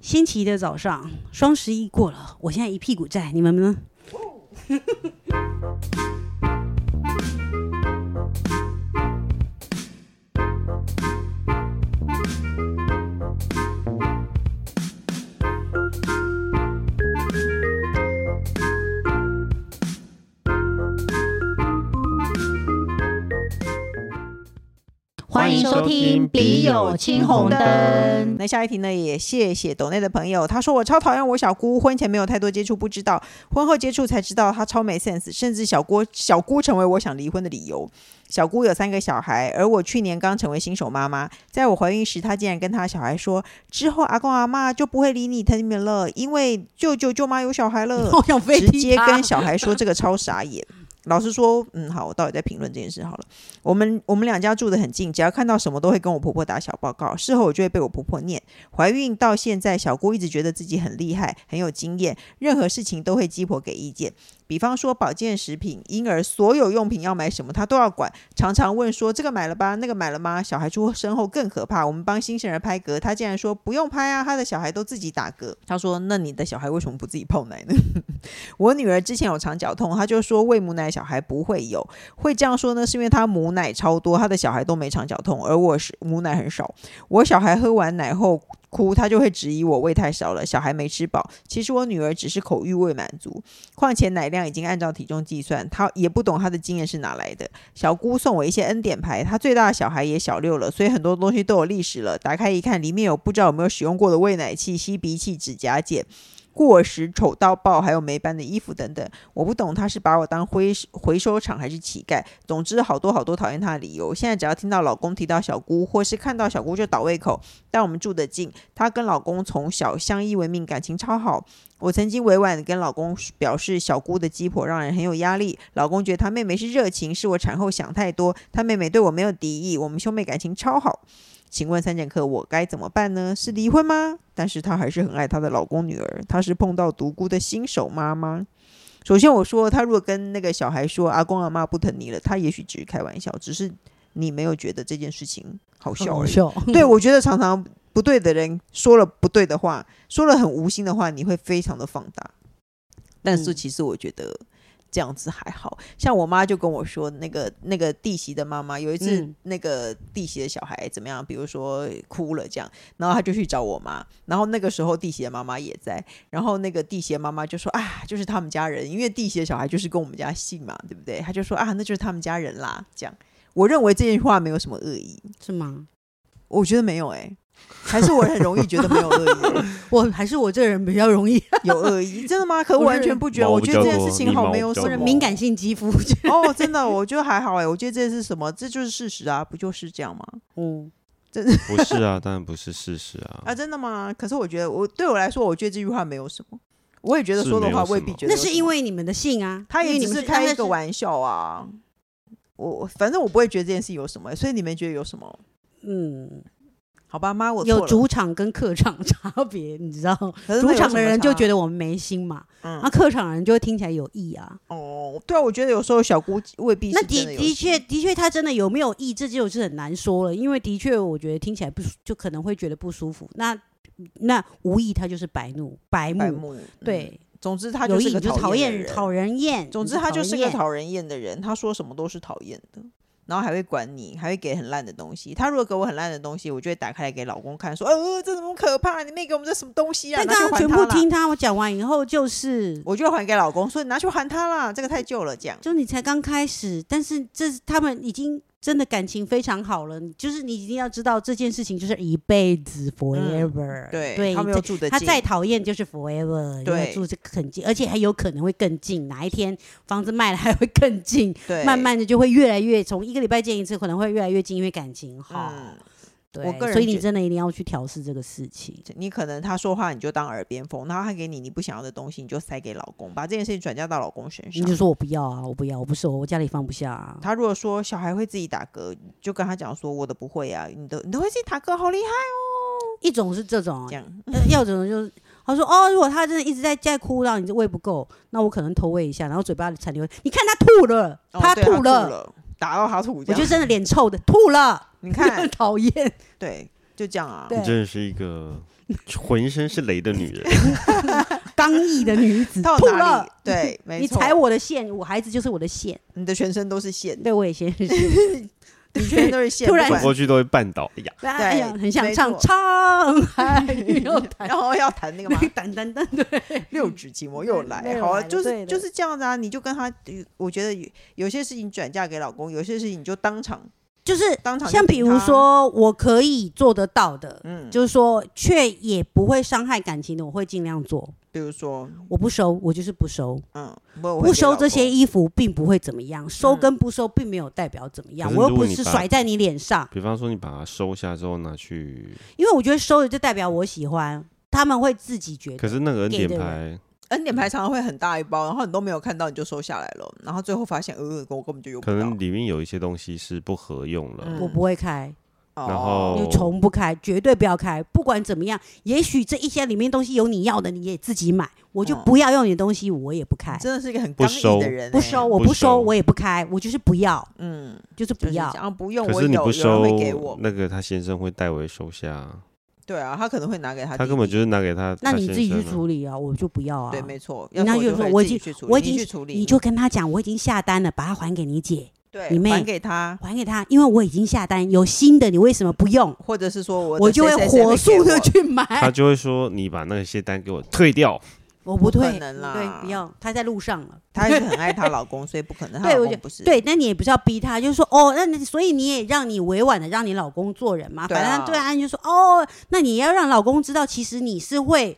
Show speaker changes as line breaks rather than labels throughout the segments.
星期一的早上，双十一过了，我现在一屁股债，你们呢？
欢迎收听《笔友青红灯》。
嗯
那下一题呢？也谢谢抖内的朋友，他说我超讨厌我小姑，婚前没有太多接触，不知道；婚后接触才知道她超没 sense，甚至小姑小姑成为我想离婚的理由。小姑有三个小孩，而我去年刚成为新手妈妈。在我怀孕时，她竟然跟她小孩说：“之后阿公阿妈就不会理你疼你们了，因为舅舅舅妈有小孩了。”
好想飞
呃直接跟小孩说这个超傻眼。 老实说，嗯，好，我到底在评论这件事好了。我们我们两家住得很近，只要看到什么都会跟我婆婆打小报告。事后我就会被我婆婆念。怀孕到现在，小姑一直觉得自己很厉害，很有经验，任何事情都会鸡婆给意见。比方说保健食品、婴儿所有用品要买什么，她都要管，常常问说这个买了吧，那个买了吗？小孩出生后更可怕，我们帮新生儿拍嗝，她竟然说不用拍啊，她的小孩都自己打嗝。她说：“那你的小孩为什么不自己泡奶呢？”我女儿之前有肠绞痛，她就说喂母奶小孩不会有。会这样说呢，是因为她母奶超多，她的小孩都没肠绞痛，而我是母奶很少。我小孩喝完奶后哭，她就会质疑我喂太少了，小孩没吃饱。其实我女儿只是口欲未满足，况且奶量已经按照体重计算，她也不懂她的经验是哪来的。小姑送我一些恩典牌，她最大的小孩也小六了，所以很多东西都有历史了。打开一看，里面有不知道有没有使用过的喂奶器、吸鼻器、指甲剪。过时、丑到爆，还有没斑的衣服等等，我不懂他是把我当回回收厂还是乞丐。总之，好多好多讨厌他的理由。现在只要听到老公提到小姑，或是看到小姑就倒胃口。但我们住得近，她跟老公从小相依为命，感情超好。我曾经委婉的跟老公表示，小姑的鸡婆让人很有压力。老公觉得他妹妹是热情，是我产后想太多。他妹妹对我没有敌意，我们兄妹感情超好。请问三剑客，我该怎么办呢？是离婚吗？但是她还是很爱她的老公女儿，她是碰到独孤的新手妈妈。首先我说，她如果跟那个小孩说阿公阿妈不疼你了，她也许只是开玩笑，只是你没有觉得这件事情好笑而已。
笑，
对，我觉得常常不对的人说了不对的话，说了很无心的话，你会非常的放大。但是
嗯
其实我觉得这样子还好，像我妈就跟我说，那个那个弟媳的妈妈有一次
嗯，
那个弟媳的小孩怎么样，比如说哭了这样，然后她就去找我妈，然后那个时候弟媳的妈妈也在，然后那个弟媳的妈妈就说啊，就是他们家人，因为弟媳的小孩就是跟我们家姓嘛，对不对？她就说啊，那就是他们家人啦，这样。我认为这句话没有什么恶意，
是吗？
我觉得没有哎、还是我很容易觉得没有恶 意，
我还是我这个人比较容易
有恶意，真的吗？可我完全不觉得，
毛
我
比
觉得这
较
件
多
事情
你
好
毛
没
比
有
较
什
多
么
敏感性肌肤，
哦，真的，我觉得还好哎、我觉得这是什么？这就是事实啊，不就是这样吗？哦
嗯，
不是啊，当然不是事实啊。
啊，真的吗？可是我觉得我对我来说，我觉得这句话没有什么，我也觉得
是
说的
没有
话
什
未必
么
觉得
那
有什
是
么
因为你们的性啊，
他
因为
也
你
只
们
是
他
开
那
一个
是
玩笑啊。我反正我不会觉得这件事有什么、所以你们觉得有什么？
嗯，
好吧，妈，我
有
主，
主场跟客场差别，你知道，
可是那
主
有
场
什
的
么
人就
差啊
觉得啊我们没心嘛，
嗯
那客场人就会听起来有意啊。
哦，对啊，我觉得有时候小姑未必
那
是真
的
的有
的
心
确的确，他真的有没有意，这就是很难说了，因为的确我觉得听起来不舒就可能会觉得不舒服。那那无意他就是白怒白目，
白目，嗯，
对，
总之他
有
是
意
个
你就
讨
讨
厌的
厌
人
讨人厌，
总
你
之，他就是个
厌
讨人厌的人，他说什么都是讨厌的，然后还会管你，还会给很烂的东西。他如果给我很烂的东西，我就会打开来给老公看，说：“呃，这怎么可怕？你妹给我们这什么东西啊？”
但
拿去
刚刚
还
全
他
部
啦，
听他我讲完以后，就是
我就还给老公说：“你拿去还他啦，这个太旧了。”这样，
就你才刚开始，但是这是他们已经真的感情非常好了，你就是你一定要知道这件事情就是一辈子 forever，、
嗯对，
对，
他们又住得
他
近
再讨厌就是 forever，因为
对
住这很近，而且还有可能会更近。哪一天房子卖了还会更近，
对
慢慢的就会越来越从一个礼拜见一次，可能会越来越近，因为感情好。
嗯，
对，
我个人
所以
觉
你
得
真的一定要去调试这个事情。
你可能他说话你就当耳边风，然后他给你你不想要的东西，你就塞给老公，把这件事情转嫁到老公身
你
上。
就说我不要啊，我不要，我不是我，我家里放不下、啊。
他如果说小孩会自己打嗝，就跟他讲说我的不会啊，你的你都会自己打嗝，好厉害哦，
一种是这种啊
这，样。
那要怎么就是他说哦，如果他真的一直在在哭，让你这喂不够，那我可能偷喂一下，然后嘴巴里残留，你看他吐了，
哦对
吐
了，打到他吐这
我
样。
就真的脸臭的吐了，
你看，
讨厌。
对，就这样啊。
对
你真的是一个浑身是雷的女 人，
刚毅的女子，
到
吐
哪里
了？，
对，没
你
错，
踩我的线，我孩子就是我的线，
你的全身都是 线，
对我也 先是。
你全身都是线，
突
不
然
走
管
过去都会绊倒。哎呀，
哎呀，很想
没
唱
错
《沧海一声
然后要弹那个嘛，
等等等， 对，
六指琴魔又来，
又
好啊，
来了
就是
对的
就是这样子啊，你就跟他，我觉得有有些事情转嫁给老公，有些事情你就当场
就是
当场就
像比
顶
如
他，
说，我可以做得到的，
嗯，
就是说，却也不会伤害感情的，我会尽量做。
比如说，
我不收，我就是不收，
嗯，不我会
不
给老嗯
收这些
公，
衣服并不会怎么样，收跟不收并没有代表怎么样，
可是
我又
如果
不
你
是
把
甩在你脸上，
比方说你把它收下之后拿去，
因为我觉得收了就代表我喜欢，他们会自己觉得。
可是那个恩
给
典
的
牌，
恩典牌常常会很大一包，然后你都没有看到，你就收下来了，然后最后发现，呃，我根本就用不
可
到，
能里面有一些东西是不合用了。
嗯
我不会开，
哦
然后
你从不开，绝对不要开。不管怎么样，也许这一些里面东西有你要的，你也自己买，我就
嗯
不要用你的东西，我也不开
你，嗯真的是一个很
不
刚毅
收
的人，欸
不收，，我
不
不收，
收
我也不开，我就是不要，
嗯，
就是
就
不
是这
要
样，。啊不用，
可
我
是你
有
不
有人
收
会给我，
那个他先生会代为收下，
对啊，他可能会拿给他弟弟，
他根本就是拿给他。
那
他
你
先
自己去
生啊
处理啊，我就不要啊。
对，没错，
人家
要是
就
我
说
会
我
自己
已
去处理，
我已
你
经
去处理，
你就跟他讲，我已经下单了，把它还给你姐，
对，
你妹
还给他，
还给她，因为我已经下单，有新的，你为什么不用？
或者是说我
我
我
就会火速的去
他
买，
就会说：“你把那些单给我退掉。
我不
不可
退，
能
不
啦
对，不要，她在路上了。
她还是很爱她老公，所以不可能。她
对
老
我
公
觉
不是
对，那你也不是要逼她，就是说哦，那你所以你也让你委婉的让你老公做人嘛，
对啊
反正对啊，你就说哦，那你要让老公知道，其实你是会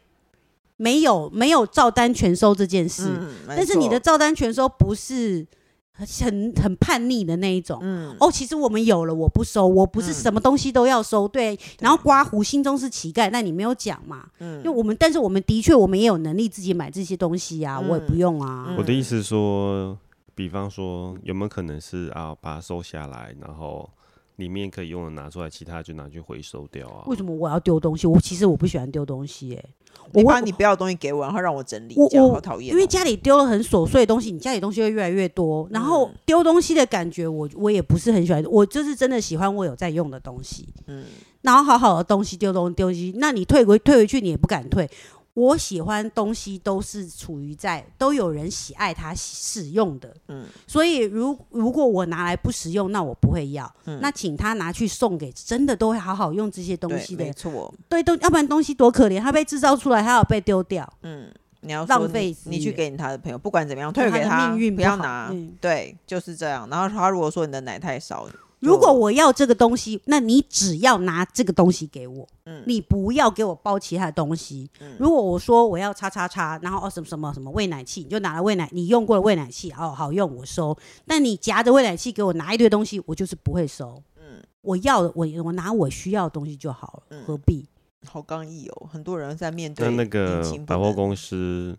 没有没有照单全收这件事，
嗯，没
但是你的
错
照单全收不是很很叛逆的那一种。
嗯
哦，其实我们有了，我不收，我不是
嗯
什么东西都要收，对。然后刮胡心中是乞丐，那你没有讲嘛？因为
嗯，
我们，但是我们的确，我们也有能力自己买这些东西啊，我也不
嗯
用啊。
我的意思是说，比方说有没有可能是啊，把它收下来，然后里面可以用的拿出来，其他就拿去回收掉啊？
哦
为什么我要丢东西？我其实我不喜欢丢东西、欸，
你
我
把
会
你不要的东西给我，然后让我整理
我，
这样
我
好讨厌哦。
因为家里丢了很琐碎的东西，你家里东西会越来越多，然后
嗯
丢东西的感觉我，我也不是很喜欢。我就是真的喜欢我有在用的东西，
嗯
然后好好的东西丢东丢西，那你退回退回去，你也不敢退。我喜欢东西都是处于在都有人喜爱它使用的，
嗯
所以如如果我拿来不实用，那我不会要。
嗯
那请他拿去送给真的都会好好用这些东
对
西的
没，错，
对，都要不然东西多可怜，它被制造出来，它要被丢掉，
嗯，你要说
浪
你
费资
你去
源
给你他的朋友，不管怎么样，退
它
给
的
他，
命运
不要
好
拿。
嗯
对，就是这样。然后他如果说你的奶太少，
如果
就
我要这个东西，那你只要拿这个东西给我，
嗯
你不要给我包其他的东西。
嗯
如果我说我要叉叉叉，然后哦什么什么什么喂奶器，你就拿来喂奶，你用过的喂奶器，哦好用我收。但你夹着喂奶器给我拿一堆东西，我就是不会收。
嗯
我要的我我拿我需要的东西就好了，
嗯
何必？
好刚毅哦，很多人在面对
那那
感
个
情不
百货
能
公司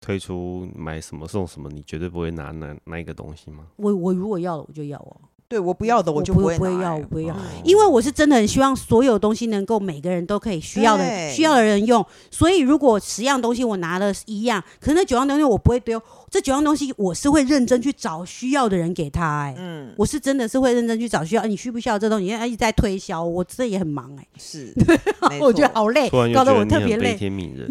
推出买什么送什么，你绝对不会拿那那一个东西吗？
我我如果要了我就要哦，
对我不要的，
我
就
不
会
不
拿
会要，
欸
我不会要。
哦
因为我是真的很希望所有东西能够每个人都可以需要的
对
需要的人用，所以如果十样东西我拿了一样，可是那九样东西我不会丢，这九样东西我是会认真去找需要的人给他、哎、
嗯，
我是真的是会认真去找需要，哎你需不需要这东西？因为一直在推销，我这也很忙哎、
是，没
我觉得
错
好累，
突然又
搞
觉
得我
得你
特
很
别
悲
累。
天 悯人，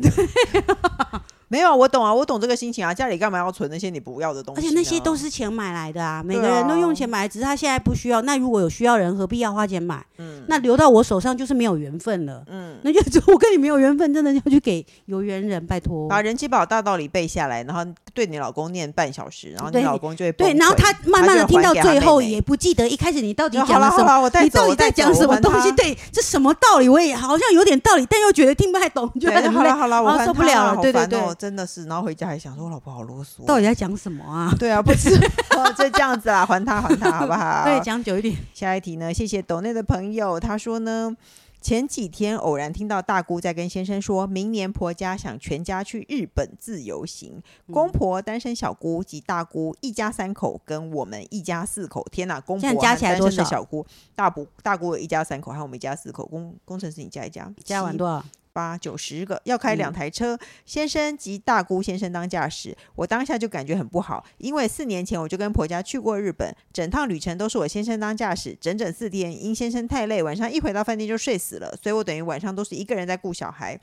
没有啊，我懂啊，我懂这个心情啊。家里干嘛要存那些你不要的东
而
西啊呢？
且那些都是钱买来的啊，每
对
个人都
啊
用钱买，只是他现在不需要。那如果有需要人，何必要花钱买？
嗯
那留到我手上就是没有缘分了。
嗯，
那就我跟你没有缘分，真的要去给有缘人，拜托。
把人气宝大道理背下来，然后对你老公念半小时，然后你
对
老公就会
对，
崩
然后
溃
他慢慢的
就
听
还
到
给他
最
妹
后
妹
也不记得一开始你到底
就好
讲
了
了什
好
么，
了，我带
你
走，
到底
我
在
带走
讲什么东？
我
西？
还他
对，这什么道理？我也好像有点道理，但又觉得听不太懂，觉得
对，
很
好
累
了，好了，
啊
我还
受不
他
了
啊
了
好
对对
烦哦
对
真的是。然后回家还想说，我老婆好啰嗦，
到底在讲什么啊？
对啊，不是，就这样子啦，还他，还他，好不好？
对，讲久一点，
下一题呢？谢谢抖内的朋友，他说呢，前几天偶然听到大姑在跟先生说，明年婆家想全家去日本自由行，
嗯
公婆、单身小姑及大姑一家三口跟我们一家四口。天哪，公
这样
婆和
加起来
单身的
多少
小姑、大姑、大姑有一家三口，还有我们一家四口。公工程师你加一加，
加完
七
多少？
八、九十个，要开两台车。先生及大姑先生当驾驶，我当下就感觉很不好，因为四年前我就跟婆家去过日本，整趟旅程都是我先生当驾驶，整整四天。因先生太累，晚上一回到饭店就睡死了，所以我等于晚上都是一个人在顾小孩。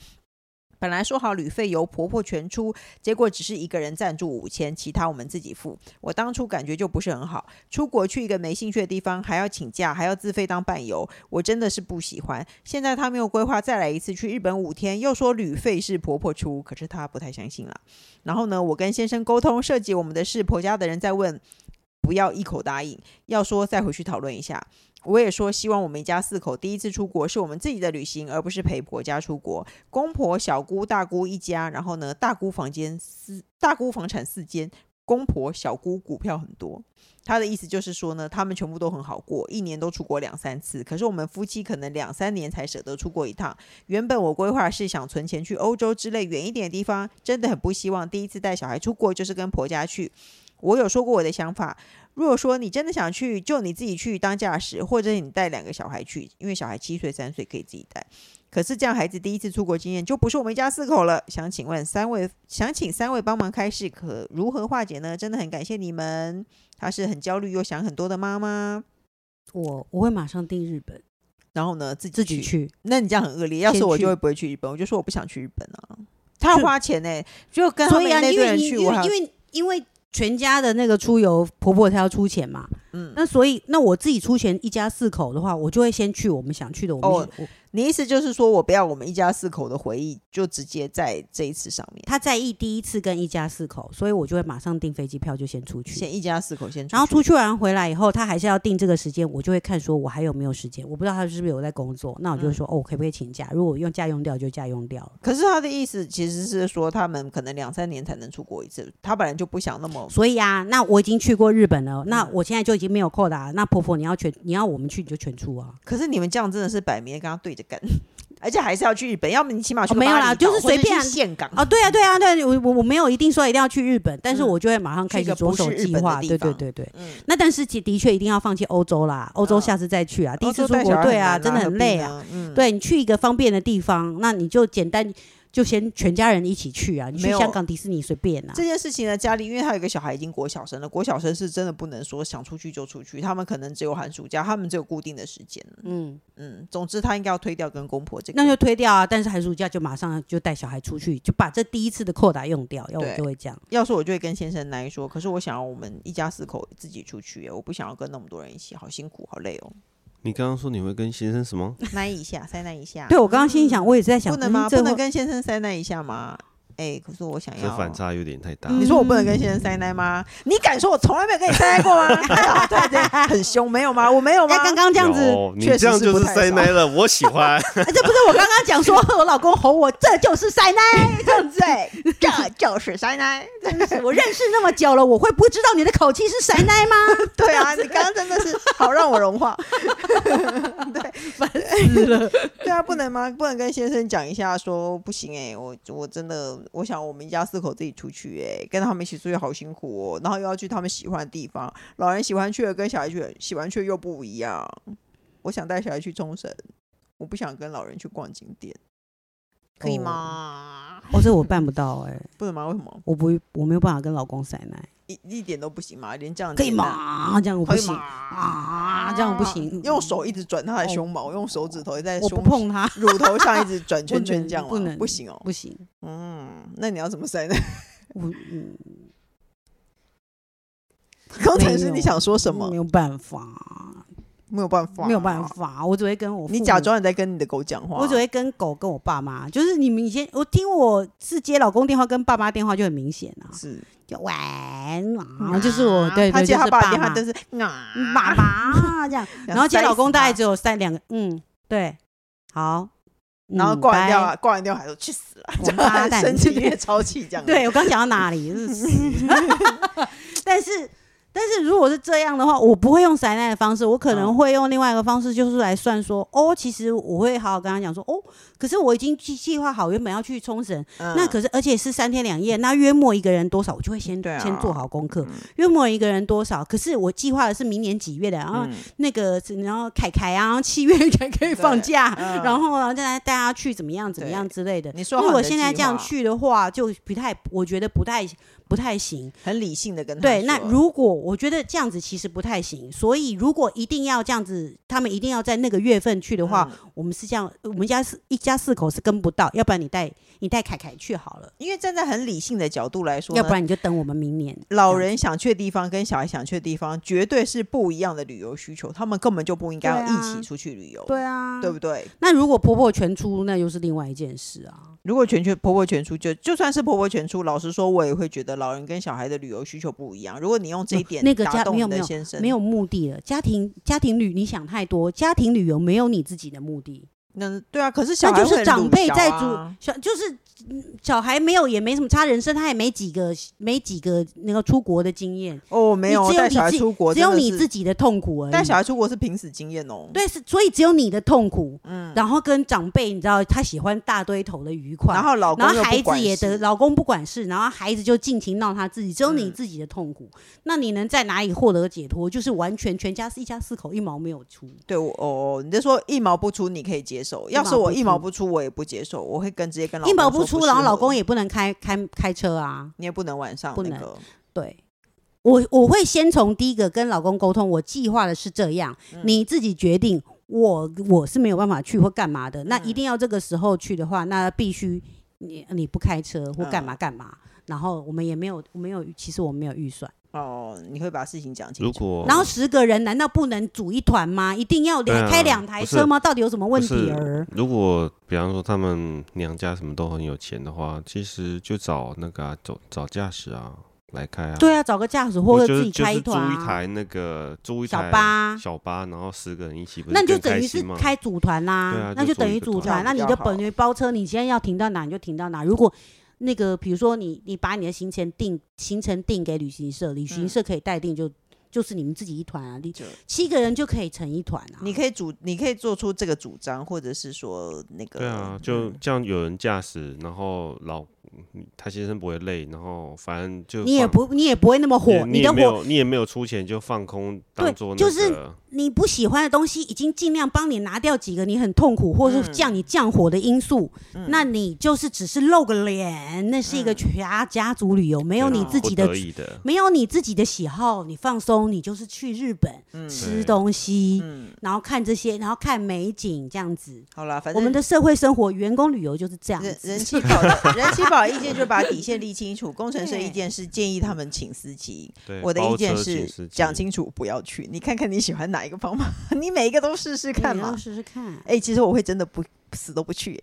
本来说好旅费由婆婆全出，结果只是一个人赞助五千，其他我们自己付。我当初感觉就不是很好，出国去一个没兴趣的地方，还要请假，还要自费当伴游，我真的是不喜欢。现在她没有规划再来一次去日本五天，又说旅费是婆婆出，可是她不太相信啦。然后呢，我跟先生沟通涉及我们的事，婆家的人在问，不要一口答应，要说再回去讨论一下。我也说，希望我们一家四口第一次出国是我们自己的旅行，而不是陪婆家出国。公婆、小姑、大姑一家，然后呢，大姑房间四，大姑房产四间，公婆、小姑股票很多。他的意思就是说呢，他们全部都很好过，一年都出国两三次。可是我们夫妻可能两三年才舍得出国一趟。原本我规划是想存钱去欧洲之类远一点的地方，真的很不希望第一次带小孩出国就是跟婆家去。我有说过我的想法，如果说你真的想去，就你自己去当驾驶，或者你带两个小孩去，因为小孩七岁、三岁可以自己带。可是这样孩子第一次出国经验就不是我们一家四口了。想请问三位，想请三位帮忙开示，可如何化解呢？真的很感谢你们。她是很焦虑又想很多的妈妈，
我我会马上订日本，
然后呢自己
自己
去。
去。
那你这样很恶劣，要是
先
我
去
就会不会去日本，我就说我不想去日本啊。他要花钱呢、就跟他
所
们
以啊，
那
因
堆
为
人
你
去，
因
我
为
还
因为因为全家的那个出游，婆婆她要出钱嘛，
嗯，
那所以那我自己出钱，一家四口的话，我就会先去我们想去的，我们
哦
我
你意思就是说我不要我们一家四口的回忆，就直接在这一次上面，
他在意第一次跟一家四口，所以我就会马上订飞机票就先出去。
先一家四口先出去，
然后出去完回来以后，他还是要定这个时间，我就会看说我还有没有时间。我不知道他是不是有在工作，那我
嗯
就会说、哦，我可不可以请假？如果我用假用掉，就假用掉了。
可是他的意思其实是说，他们可能两三年才能出国一次，他本来就不想那么。
所以啊，那我已经去过日本了，那我现在就已经没有扣打、那婆婆，你要全你要我们去，你就全出啊。
可是你们这样真的是摆明了跟他对着干， 而且还是要去日本，要么你起码去、
哦没有啦就是随便啊
岘港。
哦，对啊，对啊，对啊我我我没有一定说一定要去日本，但是
嗯
我就会马上开
去一
始
个
着
不
手
是日
计
本的
划。
地
对对
方
对对。
嗯，
那但是其的确一定要放弃欧洲啦，欧洲
嗯
下次再去啊。第一次
欧
出
洲带
国
小，孩
对
很
啊，
难
真的很累啊。。
何必呢嗯，
对你去一个方便的地方，那你就简单就先全家人一起去啊，你去
没有
香港迪士尼随便啊
这。件事情呢，家里因为他有一个小孩已经国小生了，国小生是真的不能说想出去就出去，他们可能只有寒暑假，他们只有固定的时间。
嗯，
嗯，总之他应该要推掉跟公婆这个。
那就推掉啊！但是寒暑假就马上就带小孩出去，就把这第一次的扣打用掉，要我
对啊
就会这样。
要是我就会跟先生来说，可是我想要我们一家四口自己出去耶，我不想要跟那么多人一起，好辛苦，好累 哦。
你刚刚说你会跟先生什么？
塞一下，塞那一下。
对我刚刚心里想，我也是在想，
啊不能
嗯
吗？
这
不能
会
跟先生塞奶一下吗？哎、可是我想
这
要
反。差有点太大。
嗯
你说我不能跟先生塞奶吗？你敢说我从来没有跟你塞奶过吗？ 哎呀突然间很凶，没有吗？我没有吗？
哎，刚刚这样子，
有你
确实
这样
是
就
不
是
太
塞
少
奶了，我 喜欢。
哎这不是我刚刚讲说 我老公吼我，这就是塞奶，这样子。
对，这就是塞奶。
我认识那么久了，我会不知道你的口气是塞 奶吗？
对啊，你刚刚真的是好让我 融化。对，烦死了。对啊，不能吗？不能跟先生讲一下说不行哎、我我真的我想我们一家四口自己出去哎、跟他们一起出去好辛苦哦，然后又要去他们喜欢的地方，老人喜欢去的跟小孩去的喜欢去的又不一样。我想带小孩去冲绳，我不想跟老人去逛景点，可以
哦
吗？
哦，这我办不到哎、
不能吗？为什么？
我不我没有办法跟老公塞奶，
一一点都不行吗？连这样
可以
简单？
吗？这样我不
可以
行
吗
啊，这样我不行，嗯
用手一直转他的胸毛，用手指头也在
哦我
胸
不碰他，
乳头 上一直转圈
不
圈
能
这样吗？
不能
行哦。
不行，
嗯，那你要怎么塞呢？
我嗯
刚才是
没有
你想说什么
没？有办法，
没有办法，啊
没有办。法，我只会跟我父
你
母
假，装你在跟你的狗讲话。
我只会跟狗跟我爸妈，就是你们以前我听我是接老公电话跟爸妈电话就很明显啊，
是，
就喂，啊，就是我对
嗯他
对
接
就
他
是爸
爸的电话
妈
都是啊
嗯爸， 爸这样，然后接老公大概只有三两个，嗯，对，好，
然后
嗯
挂完电，话，
拜
挂完电话还说去死了，
王
这样
八
很
蛋
生气，越超气这样。
对，我刚讲到哪里？是 但是但是如果是这样的话，我不会用塞奈的方式，我可能
嗯
会用另外一个方式，就是来算说，哦，其实我会好好跟他讲说，哦，可是我已经计计划好原本要去冲绳，
嗯
那可是而且是三天两夜，那约莫一个人多少，我就会先、
对啊
先做好功课，约莫一个人多少，可是我计划的是明年几月的，啊然后
嗯
那个然后凯凯啊，然后七月才可以放假，
嗯
然后呢再来带他去怎么样怎么样之类的。
你说
如
好你
果
的
现在
计
这样
划
去的话，就不太，我觉得不太不太行。
很理性的跟他
对，那
说
如果我觉得这样子其实不太行，所以如果一定要这样子，他们一定要在那个月份去的话，
嗯
我们是这样，我们家是一家四口是跟不到，要不然你带你带凯凯去好了，
因为站在很理性的角度来说呢，
要不然你就等我们明年。
老人想去的地方跟小孩想去的地方绝对是不一样的旅游需求，他们根本就不应该要
对啊
一起出去旅游，
对啊，
对不对？
那如果婆婆全出，那又是另外一件事啊。
如果全全婆婆全出，就就算是婆婆全出，老实说，我也会觉得老人跟小孩的旅游需求不一样。如果你用这一点
哦那个
打
家
动
没
你
有没
的
有
先生，
没有目的了，家庭家庭旅你想太多，家庭旅游没有你自己的目的，
那对啊，可是小
那
孩
就
会
是
很
长
鲁
辈
小
在主
啊
小，就是嗯小孩没有也没什么差人生，他也没几个没几个那个出国的经验，
哦，没
你
有
只有
带
你
小孩
自己
出国
只
真的
有
是，
你自己的痛苦而已。
带小孩出国是濒死经验哦。，
对，是所以只有你的痛苦，
嗯，
然后跟长辈，你知道他喜欢大堆头的愉快，
然后老公
然后
又不
孩子
管
也
事
得，老公不管事，然后孩子就尽情闹他自己，只有你
嗯
自己的痛苦，那你能在哪里获得解脱？就是完全全家是一家四口一毛没有出，
对我哦，你就说一毛不出，你可以接受。
一
要
毛
是我
不
一毛
出
不出，我也不接受，我会跟直接跟老
一
公
毛
说
不出，然后
适
哦
老
合
公也不能开开开车啊，
你也不能晚上
不
那
能
个
对。我我会先从第一个跟老公沟通，我计划的是这样，
嗯
你自己决定。我我是没有办法去或干嘛
嗯
的，那一定要这个时候去的话，那必须你你不开车或干
嗯
嘛干嘛，然后我们也没有我没有，其实我没有预算。
哦，你会把事情讲清
如
楚。
果
然后十个人难道不能组一团吗？一定要
哦对
两、
啊
开两台车吗？到底有什么问
不是
题儿？
如果比方说他们娘家什么都很有钱的话，其实就找那个、啊、找找驾驶啊来开啊。
对啊，找个驾驶或
我
者
就
自
是
己
就
开
是租
团、
一
啊。
台那个租一
小
台
巴
小巴，然后十个人一起，不是
那你就
更开
等于是
心吗？
开组团啦、
对啊
那
就
就等
组一
于
个
组
团
团，那
比
你
较
就
好
啊
等于包车，你现在要停到哪你就停到哪。如果那个比如说你你把你的行程定行程定给旅行社，旅行
嗯
社可以待定就、就是你们自己一团啊，你
就
七个人就可以成一团啊。
你可以主，你可以做出这个主张，或者是说那个，
对啊，就
嗯
这样有人驾驶，然后老他先生不会累，然后反正就
你也
放
不你也不会那么火，
你
你的
也没
火
有你也没有出钱就放空，
对
当做那
就
个
是你不喜欢的东西已经尽量帮你拿掉几个你很痛苦或是
嗯
降你降火的因素，
嗯
那你就是只是露个脸，那是一个
嗯
全家族旅游，没有
对
你
啊
自
不
己的
得已的，
没有你自己的喜好，你放松，你就是去日本、
嗯
吃东西，
嗯，
然后看这些，然后看美景这样子。
好啦，反正
我们的社会生活，员工旅游就是这样
人
子。
人气 宝的人气宝的意见就把底线立清楚，工程师的意
对
见是建议他们请司机，
对
我的
包
意见
车请
是
司机
讲清楚不要去，你看看你喜欢哪一个方法，你每一个都试试
对啊
看
你要
嘛。
试试看，
哎、其实我会真的不死都不去、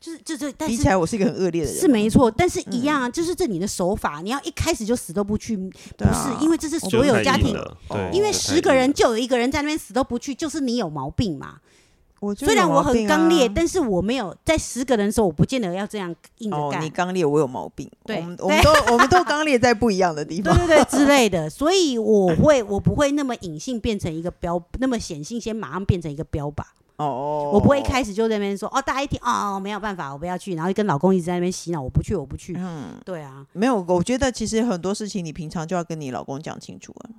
就是这这，但
比
是
起来我是一个很恶劣的人，嗯
是没错，但是一样啊，就是这你的手法，你要一开始就死都不去，不
对啊
是因为这是
就
所有
太
家
硬
庭，哦
了对，
因为
就太
十个
硬
人
了
就有一个人在那边死都不去，就是你有毛病嘛。
我就
虽然
有
我
毛
很
病啊
刚烈，但是我没有在十个人的时候，我不见得要这样硬着
哦，
干。
你刚烈，我有毛病。
对
我们我们都 我们都刚烈在不一样的地
对
方。
对 对，之类的，所以我会，我不会那么隐性变成一个标，那么显性先马上变成一个标靶，
哦，
我不会一。开始嗯就在那边说，哦，大家一听，哦，没有办法，我不要去，然后跟老公一直在那边洗脑，我不去，我不去，
嗯，
对啊，
没有，我觉得其实很多事情你平常就要跟你老公讲清楚啊，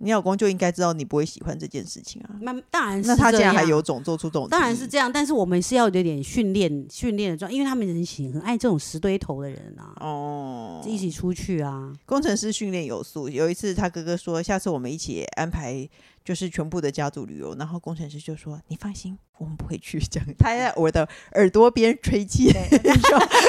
你老公就应该知道你不会喜欢这件事情啊。
那当然是
那他
这
竟然
样，
还有种做出这种，
当然是。这样，但是我们是要有点训练训练的状，因为他们人型很爱这种石堆头的人啊，
哦，
一起出去啊，
工程师训练有素。有一次，他哥哥说，下次我们一起安排就是全部的家族旅游。然后工程师就说：“你放心，我们不会去。”这样，他在我的耳朵边吹气，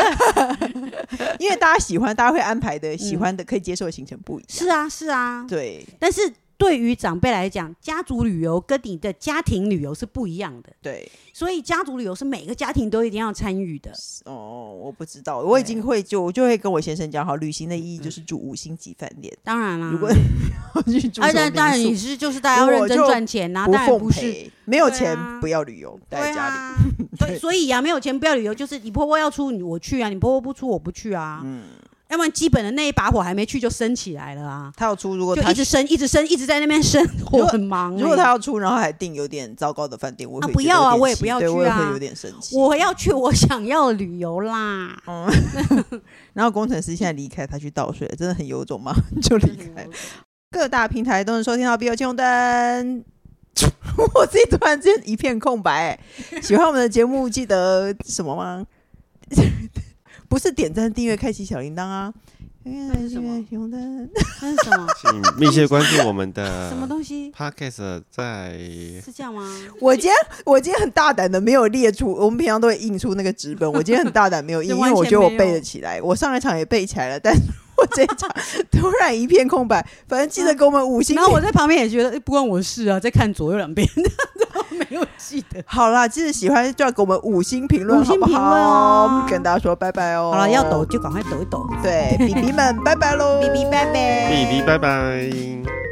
说因为大家喜欢，大家会安排的，喜欢的可以接受的行程不一样。
嗯是啊是啊，
对
但是对于长辈来讲，家族旅游跟你的家庭旅游是不一样的。
对，
所以家族旅游是每个家庭都一定要参与的。
哦，我不知道，我已经会就我就会跟我先生讲好，旅行的意义
嗯
就是住五星级饭店，
当然啦、
如果 要去住
而
什
且
么
当然
民
啊你
宿。
是就是大家要认真赚钱呐、
不
当然
奉
不是。
陪，没有
对
钱
啊
不要旅游，待在
对
家里。
啊，
嗯
对，所以呀、没有钱不要旅游，就是你婆婆要出你我去啊，你婆婆不出我不去啊。要不然基本的那一把火还没去就升起来了啊，
他要出，如果
就
他
一直升，一直升，一直在那边升，
果
我很忙、欸。
如果他要出，然后还订有点糟糕的饭店，我
啊
会
不
觉得
要
有
啊
点
我也
气
不要
对
去
我也会
啊
有点生气。
我要去我想要的旅游啦，
嗯 然后工程师现在离开，他去倒水了，真的很有种嘛， 就离
嗯
开了。各大平台都能收听到《比尔青红灯》， 我自己突然之间一片空白、欸。喜欢我们的节目，记得什么吗？ 不是点赞、订阅、开启小铃铛啊！哎因为
什
是
么
红灯，
那是什么
请嗯密切关注我们
什么
的
东西？
podcast，在
是这样吗？
我今天我今天很大胆的没有列出，我们平常都会印出那个纸本，我今天很大胆没有印，
就
因
完
为我
全
觉得我
没有
背得起来，我上一场也背起来了，但是我这一场突然一片空白。反正记得给我们五星
然后我在旁边也觉得、诶不关我的事啊，在看左右两边， 没有记得。
好啦，记得喜欢就要给我们五星评论，
五星
哦好不
评
好？
论哦
跟大家说拜拜哦。
好了，要 抖就赶快抖一抖。
对，比比们拜拜喽，
比比拜拜
，B B，拜拜。